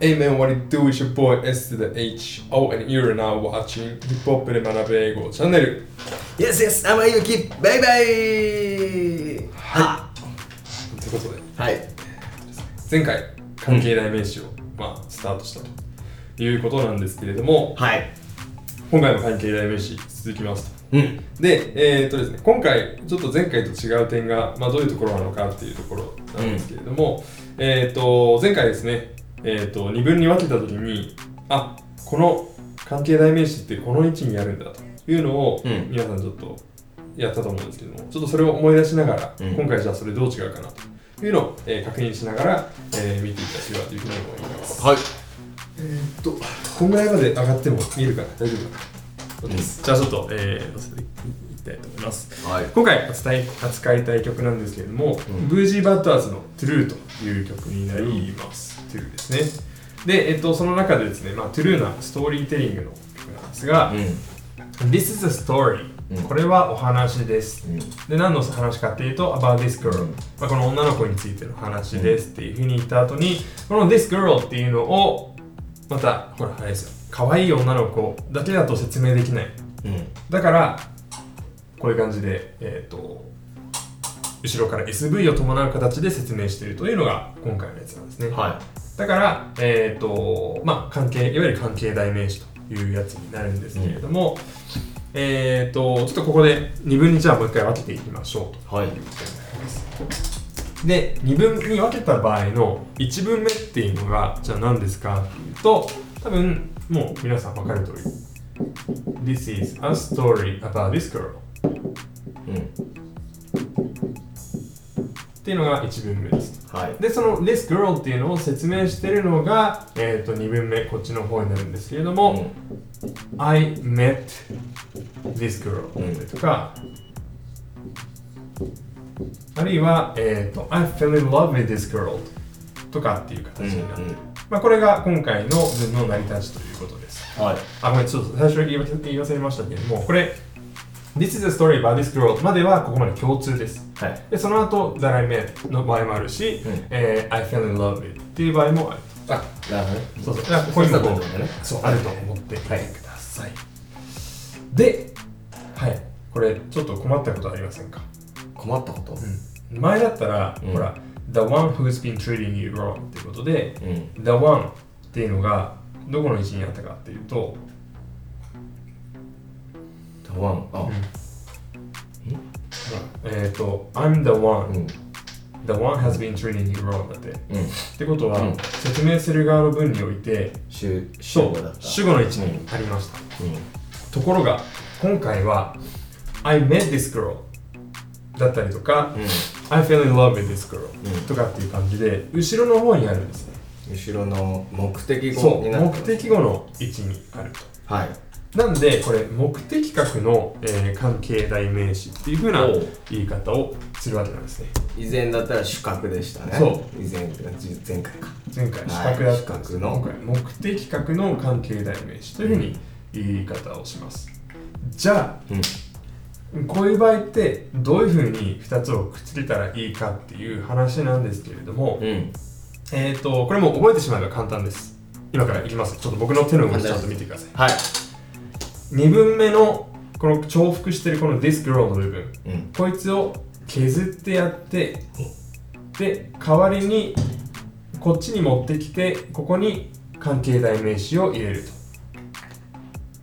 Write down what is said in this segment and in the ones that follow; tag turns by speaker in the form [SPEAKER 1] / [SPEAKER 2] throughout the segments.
[SPEAKER 1] Hey man, what it do? It's your boy S to the H. Oh, and you're now watching Hip Hop で学べ英語チャンネル。
[SPEAKER 2] Yes, yes, I'm a Yuki. Bye bye. は
[SPEAKER 1] ということで、
[SPEAKER 2] はい。
[SPEAKER 1] 前回関係代名詞を、まあスタートしたということなんですけれども、
[SPEAKER 2] はい。
[SPEAKER 1] 今回も関係代名詞続きますと。
[SPEAKER 2] うん。
[SPEAKER 1] で、えーっとですね、今回ちょっと前回と違う点が、まあ、どういうところなのかっていうところなんですけれども、えーっと前回ですね、えーっと2分に分けた時にあこの関係代名詞ってこの位置にあるんだというのを
[SPEAKER 2] うん
[SPEAKER 1] 皆さんちょっとやったと思うんですけどもちょっとそれを思い出しながら、
[SPEAKER 2] うん
[SPEAKER 1] 今回じゃあそれどう違うかなというのを、えー確認しながら、えー見ていただければというふうに思います。
[SPEAKER 2] はい。
[SPEAKER 1] えーっとこんぐらいまで上がっても見えるかな大丈夫かな
[SPEAKER 2] う
[SPEAKER 1] じ
[SPEAKER 2] ん
[SPEAKER 1] ゃあちょっと、えー、忘れていきたいと思います。
[SPEAKER 2] はい。
[SPEAKER 1] 今回扱い扱いたい曲なんですけれども、
[SPEAKER 2] うん
[SPEAKER 1] ブージー・バッターズの「True」という曲になります。True ですね。で、えっと、その中でですね、まあ、True なストーリーテリングの曲なんですが、This is a story、
[SPEAKER 2] うん
[SPEAKER 1] これはお話です。
[SPEAKER 2] うん。
[SPEAKER 1] で何の話かっていうと「About this girl、
[SPEAKER 2] うん
[SPEAKER 1] まあ、この女の子についての話ですっていうふうに言った後にこの「this girl」っていうのをまたほらあれですよ可愛い女の子だけだと説明できない
[SPEAKER 2] うん。
[SPEAKER 1] だからこういう感じでえっ、と後ろから SV を伴う形で説明しているというのが今回のやつなんですね、
[SPEAKER 2] は
[SPEAKER 1] だからえっ、とまあ関係いわゆる関係代名詞というやつになるんですけれども、えっ、とちょっとここで2分にじゃあもう一回分けていきましょうと
[SPEAKER 2] い。はい。
[SPEAKER 1] で2分に分けた場合の1分目っていうのがじゃあ何ですかっていうと多分もう皆さん分かる通り This is a story about this girl
[SPEAKER 2] うん。
[SPEAKER 1] っていうのが1分目です
[SPEAKER 2] はい。
[SPEAKER 1] でその This girl っていうのを説明してるのが、えー、と2分目こっちの方になるんですけれども、I met this girl とか、あるいは、えっと I fell in love with this girl とかっていう形になって、まあ、これが今回の文の成り立ちということです。
[SPEAKER 2] はい。
[SPEAKER 1] あ、ごめん、ちょっと最初言い忘れ言い忘れましたけれども、これ、This is a story about this girl まではここまで共通です。
[SPEAKER 2] はい。
[SPEAKER 1] で、その後、That I met の場合もあるし、
[SPEAKER 2] うん
[SPEAKER 1] えー I fell in love with っていう場合もある。
[SPEAKER 2] あ、なるほどね。
[SPEAKER 1] そうそう。だからここにもこう
[SPEAKER 2] ね。
[SPEAKER 1] そうあると思ってみてください、ではいこれちょっと困ったことありませんか、
[SPEAKER 2] 困ったこと。
[SPEAKER 1] 前だったら、
[SPEAKER 2] うん
[SPEAKER 1] ほら「the one who's been treating you wrong」っていうことで
[SPEAKER 2] う
[SPEAKER 1] 「
[SPEAKER 2] ん。
[SPEAKER 1] the one」っていうのがどこの位置にあったかっていうと、
[SPEAKER 2] たわん。あ。
[SPEAKER 1] えっ、と「I'm the one」
[SPEAKER 2] うん。
[SPEAKER 1] the one has been treating you wrong」だってっ
[SPEAKER 2] うん。
[SPEAKER 1] てことは、
[SPEAKER 2] うん
[SPEAKER 1] 説明する側の文において
[SPEAKER 2] しゅ、し
[SPEAKER 1] そう
[SPEAKER 2] だった。
[SPEAKER 1] 主語の位置にありました、
[SPEAKER 2] うん。
[SPEAKER 1] ところが今回は「I met this girl」だったりとか
[SPEAKER 2] うん。
[SPEAKER 1] 「I fell in love with this girl
[SPEAKER 2] うん」
[SPEAKER 1] とかっていう感じで後ろの方にあるんですね
[SPEAKER 2] 後ろの目的
[SPEAKER 1] そ
[SPEAKER 2] 語
[SPEAKER 1] う
[SPEAKER 2] になっ
[SPEAKER 1] 目
[SPEAKER 2] てる
[SPEAKER 1] 的語の位置にあると
[SPEAKER 2] はい
[SPEAKER 1] なんでこれ目的格の、えー関係代名詞っていう風な
[SPEAKER 2] おう
[SPEAKER 1] 言い方をするわけなんですね
[SPEAKER 2] 以前だったら主格でしたね
[SPEAKER 1] そう
[SPEAKER 2] 以前前回か
[SPEAKER 1] 前回視
[SPEAKER 2] はい
[SPEAKER 1] 覚だったんですけど
[SPEAKER 2] 視
[SPEAKER 1] 今
[SPEAKER 2] 覚
[SPEAKER 1] 回目的格の関係代名詞という風に言い方をしますじゃあ
[SPEAKER 2] うん
[SPEAKER 1] こういう場合ってどういうふうに2つをくっつけたらいいかっていう話なんですけれども、
[SPEAKER 2] うん
[SPEAKER 1] えっ、とこれもう覚えてしまえば簡単です今からいきますちょっと僕の手の動きちゃんと見てください
[SPEAKER 2] はい
[SPEAKER 1] 2分目のこの重複してるこの This Girl の部分
[SPEAKER 2] うん
[SPEAKER 1] こいつを削ってやってで代わりにこっちに持ってきてここに関係代名詞を入れると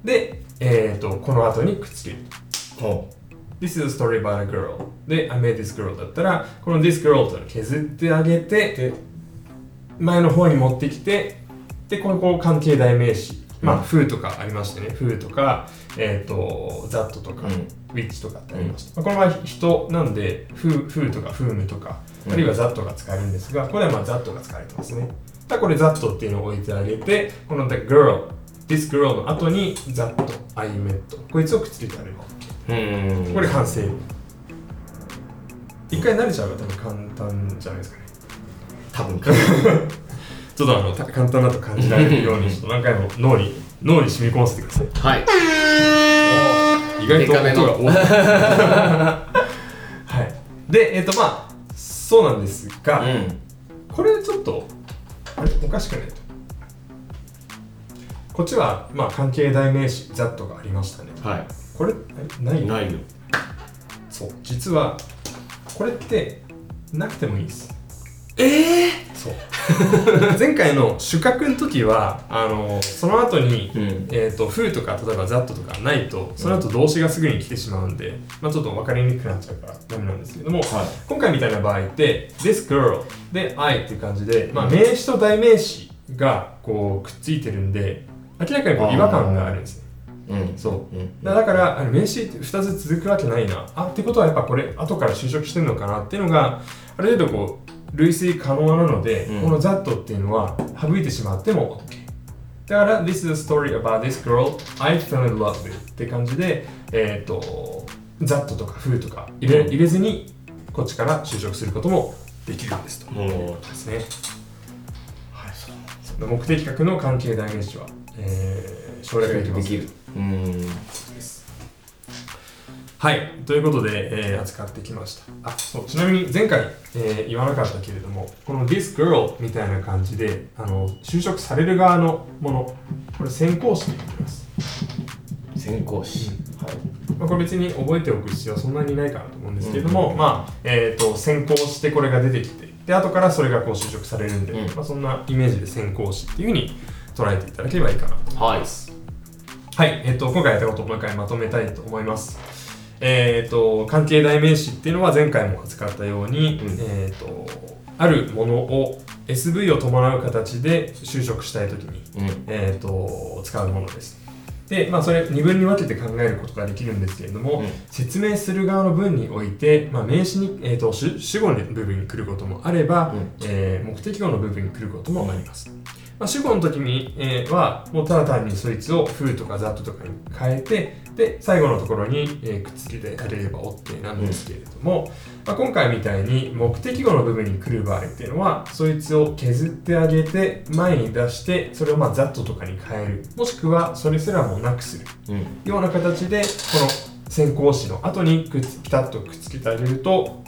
[SPEAKER 1] で、えっとこの後にくっつける
[SPEAKER 2] ほ
[SPEAKER 1] This is a story about a girl で I met this girl だったらこの this girl というのを削ってあげて前の方に持ってきてでここ関係代名詞まあ「who」とかありましてね「who」とか「えー、と that」とか「
[SPEAKER 2] うん
[SPEAKER 1] which」とかってありました、まあ、これは人なんで「who」who とか「whom」とか
[SPEAKER 2] うん
[SPEAKER 1] あるいは「that」が使えるんですがこれはまあ「that」が使われてますねだからこれ「that」っていうのを置いてあげてこの「the girl」「this girl」の後に「that」「I met」こいつをくっつけてあげる
[SPEAKER 2] ううん
[SPEAKER 1] これ完成一回慣れちゃうば多分簡単じゃないですかね
[SPEAKER 2] 多分
[SPEAKER 1] ちょっとあのた簡単だと感じられるようにちょっと何回も脳に脳に染み込ませてください
[SPEAKER 2] はい
[SPEAKER 1] 意外と
[SPEAKER 2] デカめの
[SPEAKER 1] 音が多いはいでえっ、とまあそうなんですが、
[SPEAKER 2] うん
[SPEAKER 1] これちょっとあれおかしくないとこっちは、まあ、関係代名詞、that がありましたね。
[SPEAKER 3] は
[SPEAKER 1] これ、えない
[SPEAKER 3] いないの
[SPEAKER 1] そう。実は、これって、なくてもいいです。
[SPEAKER 3] ええ
[SPEAKER 1] そう。 前回の主角の時は、あの、その後に、
[SPEAKER 3] うん
[SPEAKER 1] えー、と f とか例えば that とかないとその後動詞がすぐに来てしまうんで、まあ、ちょっと分かりにくくなっちゃうからダメなんですけども、
[SPEAKER 3] はい
[SPEAKER 1] 今回みたいな場合って this girl で I っていう感じで、まあ、名詞と代名詞がこうくっついてるんで明らかにこう違和感があるんですね
[SPEAKER 3] うん
[SPEAKER 1] そう、
[SPEAKER 3] うん
[SPEAKER 1] だだからあの名詞って2つ続くわけないなあってことはやっぱこれ後から就職してるのかなっていうのがある程度こう類推可能なので、
[SPEAKER 3] うん
[SPEAKER 1] この that っていうのは省いてしまっても OK だから This is a story about this girl I fell in love with って感じでえっ、と that とか who とか入れ入れずにこっちから就職することもできるんですと
[SPEAKER 3] もう
[SPEAKER 1] ですね。はい、その目的格の関係代名詞は、えー、省略できます。
[SPEAKER 3] るうん
[SPEAKER 1] はい、ということで、えー扱ってきました。あそうちなみに前回、えー言わなかったけれども、この This Girl みたいな感じで、あの就職される側のもの、これ先行詞と言います。
[SPEAKER 3] 先行詞はい
[SPEAKER 1] まあ、これ別に覚えておく必要はそんなにないかなと思うんですけれども、まあ、えっ、と、先行してこれが出てきて、で、後からそれがこう就職されるんで、
[SPEAKER 3] うん
[SPEAKER 1] まあ、そんなイメージで先行詞っていうふうに捉えていただければいいかなと
[SPEAKER 3] はい
[SPEAKER 1] はい、えっと、今回やったことをもう一回まとめたいと思います。えっと、関係代名詞っていうのは前回も扱ったように、
[SPEAKER 3] うん
[SPEAKER 1] えっと、あるものを SV を伴う形で就職したいときに、
[SPEAKER 3] うん
[SPEAKER 1] えっと、使うものです。で、まあ、それ二分に分けて考えることができるんですけれども、
[SPEAKER 3] うん
[SPEAKER 1] 説明する側の文において、まあ、名詞に、えっと主主語の部分に来ることもあれば、
[SPEAKER 3] うん
[SPEAKER 1] えー目的語の部分に来ることもあります。まあ、主語の時に、えーはもうただ単にそいつを「ふ」とか「ざ」とかに変えてで最後のところに、えーくっつけてやれれば OK なんですけれども、まあ、今回みたいに目的語の部分に来る場合っていうのはそいつを削ってあげて前に出してそれをまあ「ざ」とかに変えるもしくはそれすらもなくする
[SPEAKER 3] うん
[SPEAKER 1] ような形でこの先行詞の後にくっつピタッとくっつけてあげると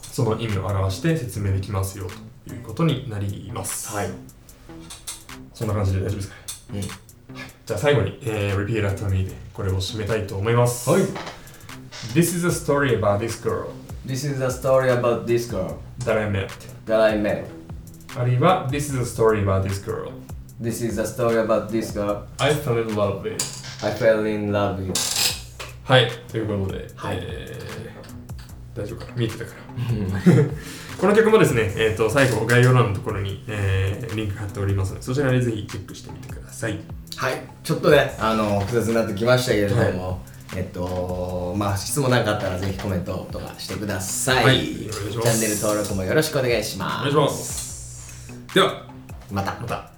[SPEAKER 1] その意味を表して説明できますよということになります。
[SPEAKER 3] はい
[SPEAKER 1] そんな感じで大丈夫ですか
[SPEAKER 3] う
[SPEAKER 1] ね
[SPEAKER 3] ん
[SPEAKER 1] じゃあ最後に、えー、Repeat after me でこれを締めたいと思います。
[SPEAKER 3] はい
[SPEAKER 1] This is a story about this girl
[SPEAKER 2] This is a story about this girl
[SPEAKER 1] that I met.
[SPEAKER 2] that I met.
[SPEAKER 1] あるいは This is a story about this girl
[SPEAKER 2] This is a story about this girl
[SPEAKER 1] I fell in love with.
[SPEAKER 2] I fell in love with.
[SPEAKER 1] はい、ということで、
[SPEAKER 3] はい
[SPEAKER 1] えー大丈夫かな見えてたから。 この曲もですね、えー、と最後概要欄のところに、えーリンク貼っておりますので、そちらでぜひチェックしてみてください。
[SPEAKER 2] はい、ちょっとね、あの複雑になってきましたけれども、えっと、まあ質問なんかあったらぜひコメントとかしてください。
[SPEAKER 1] はいお願いします
[SPEAKER 2] チャンネル登録もよろしくお願いし
[SPEAKER 1] お
[SPEAKER 2] ま
[SPEAKER 1] 願い
[SPEAKER 2] す。
[SPEAKER 1] します。では、
[SPEAKER 2] また
[SPEAKER 1] ま。た。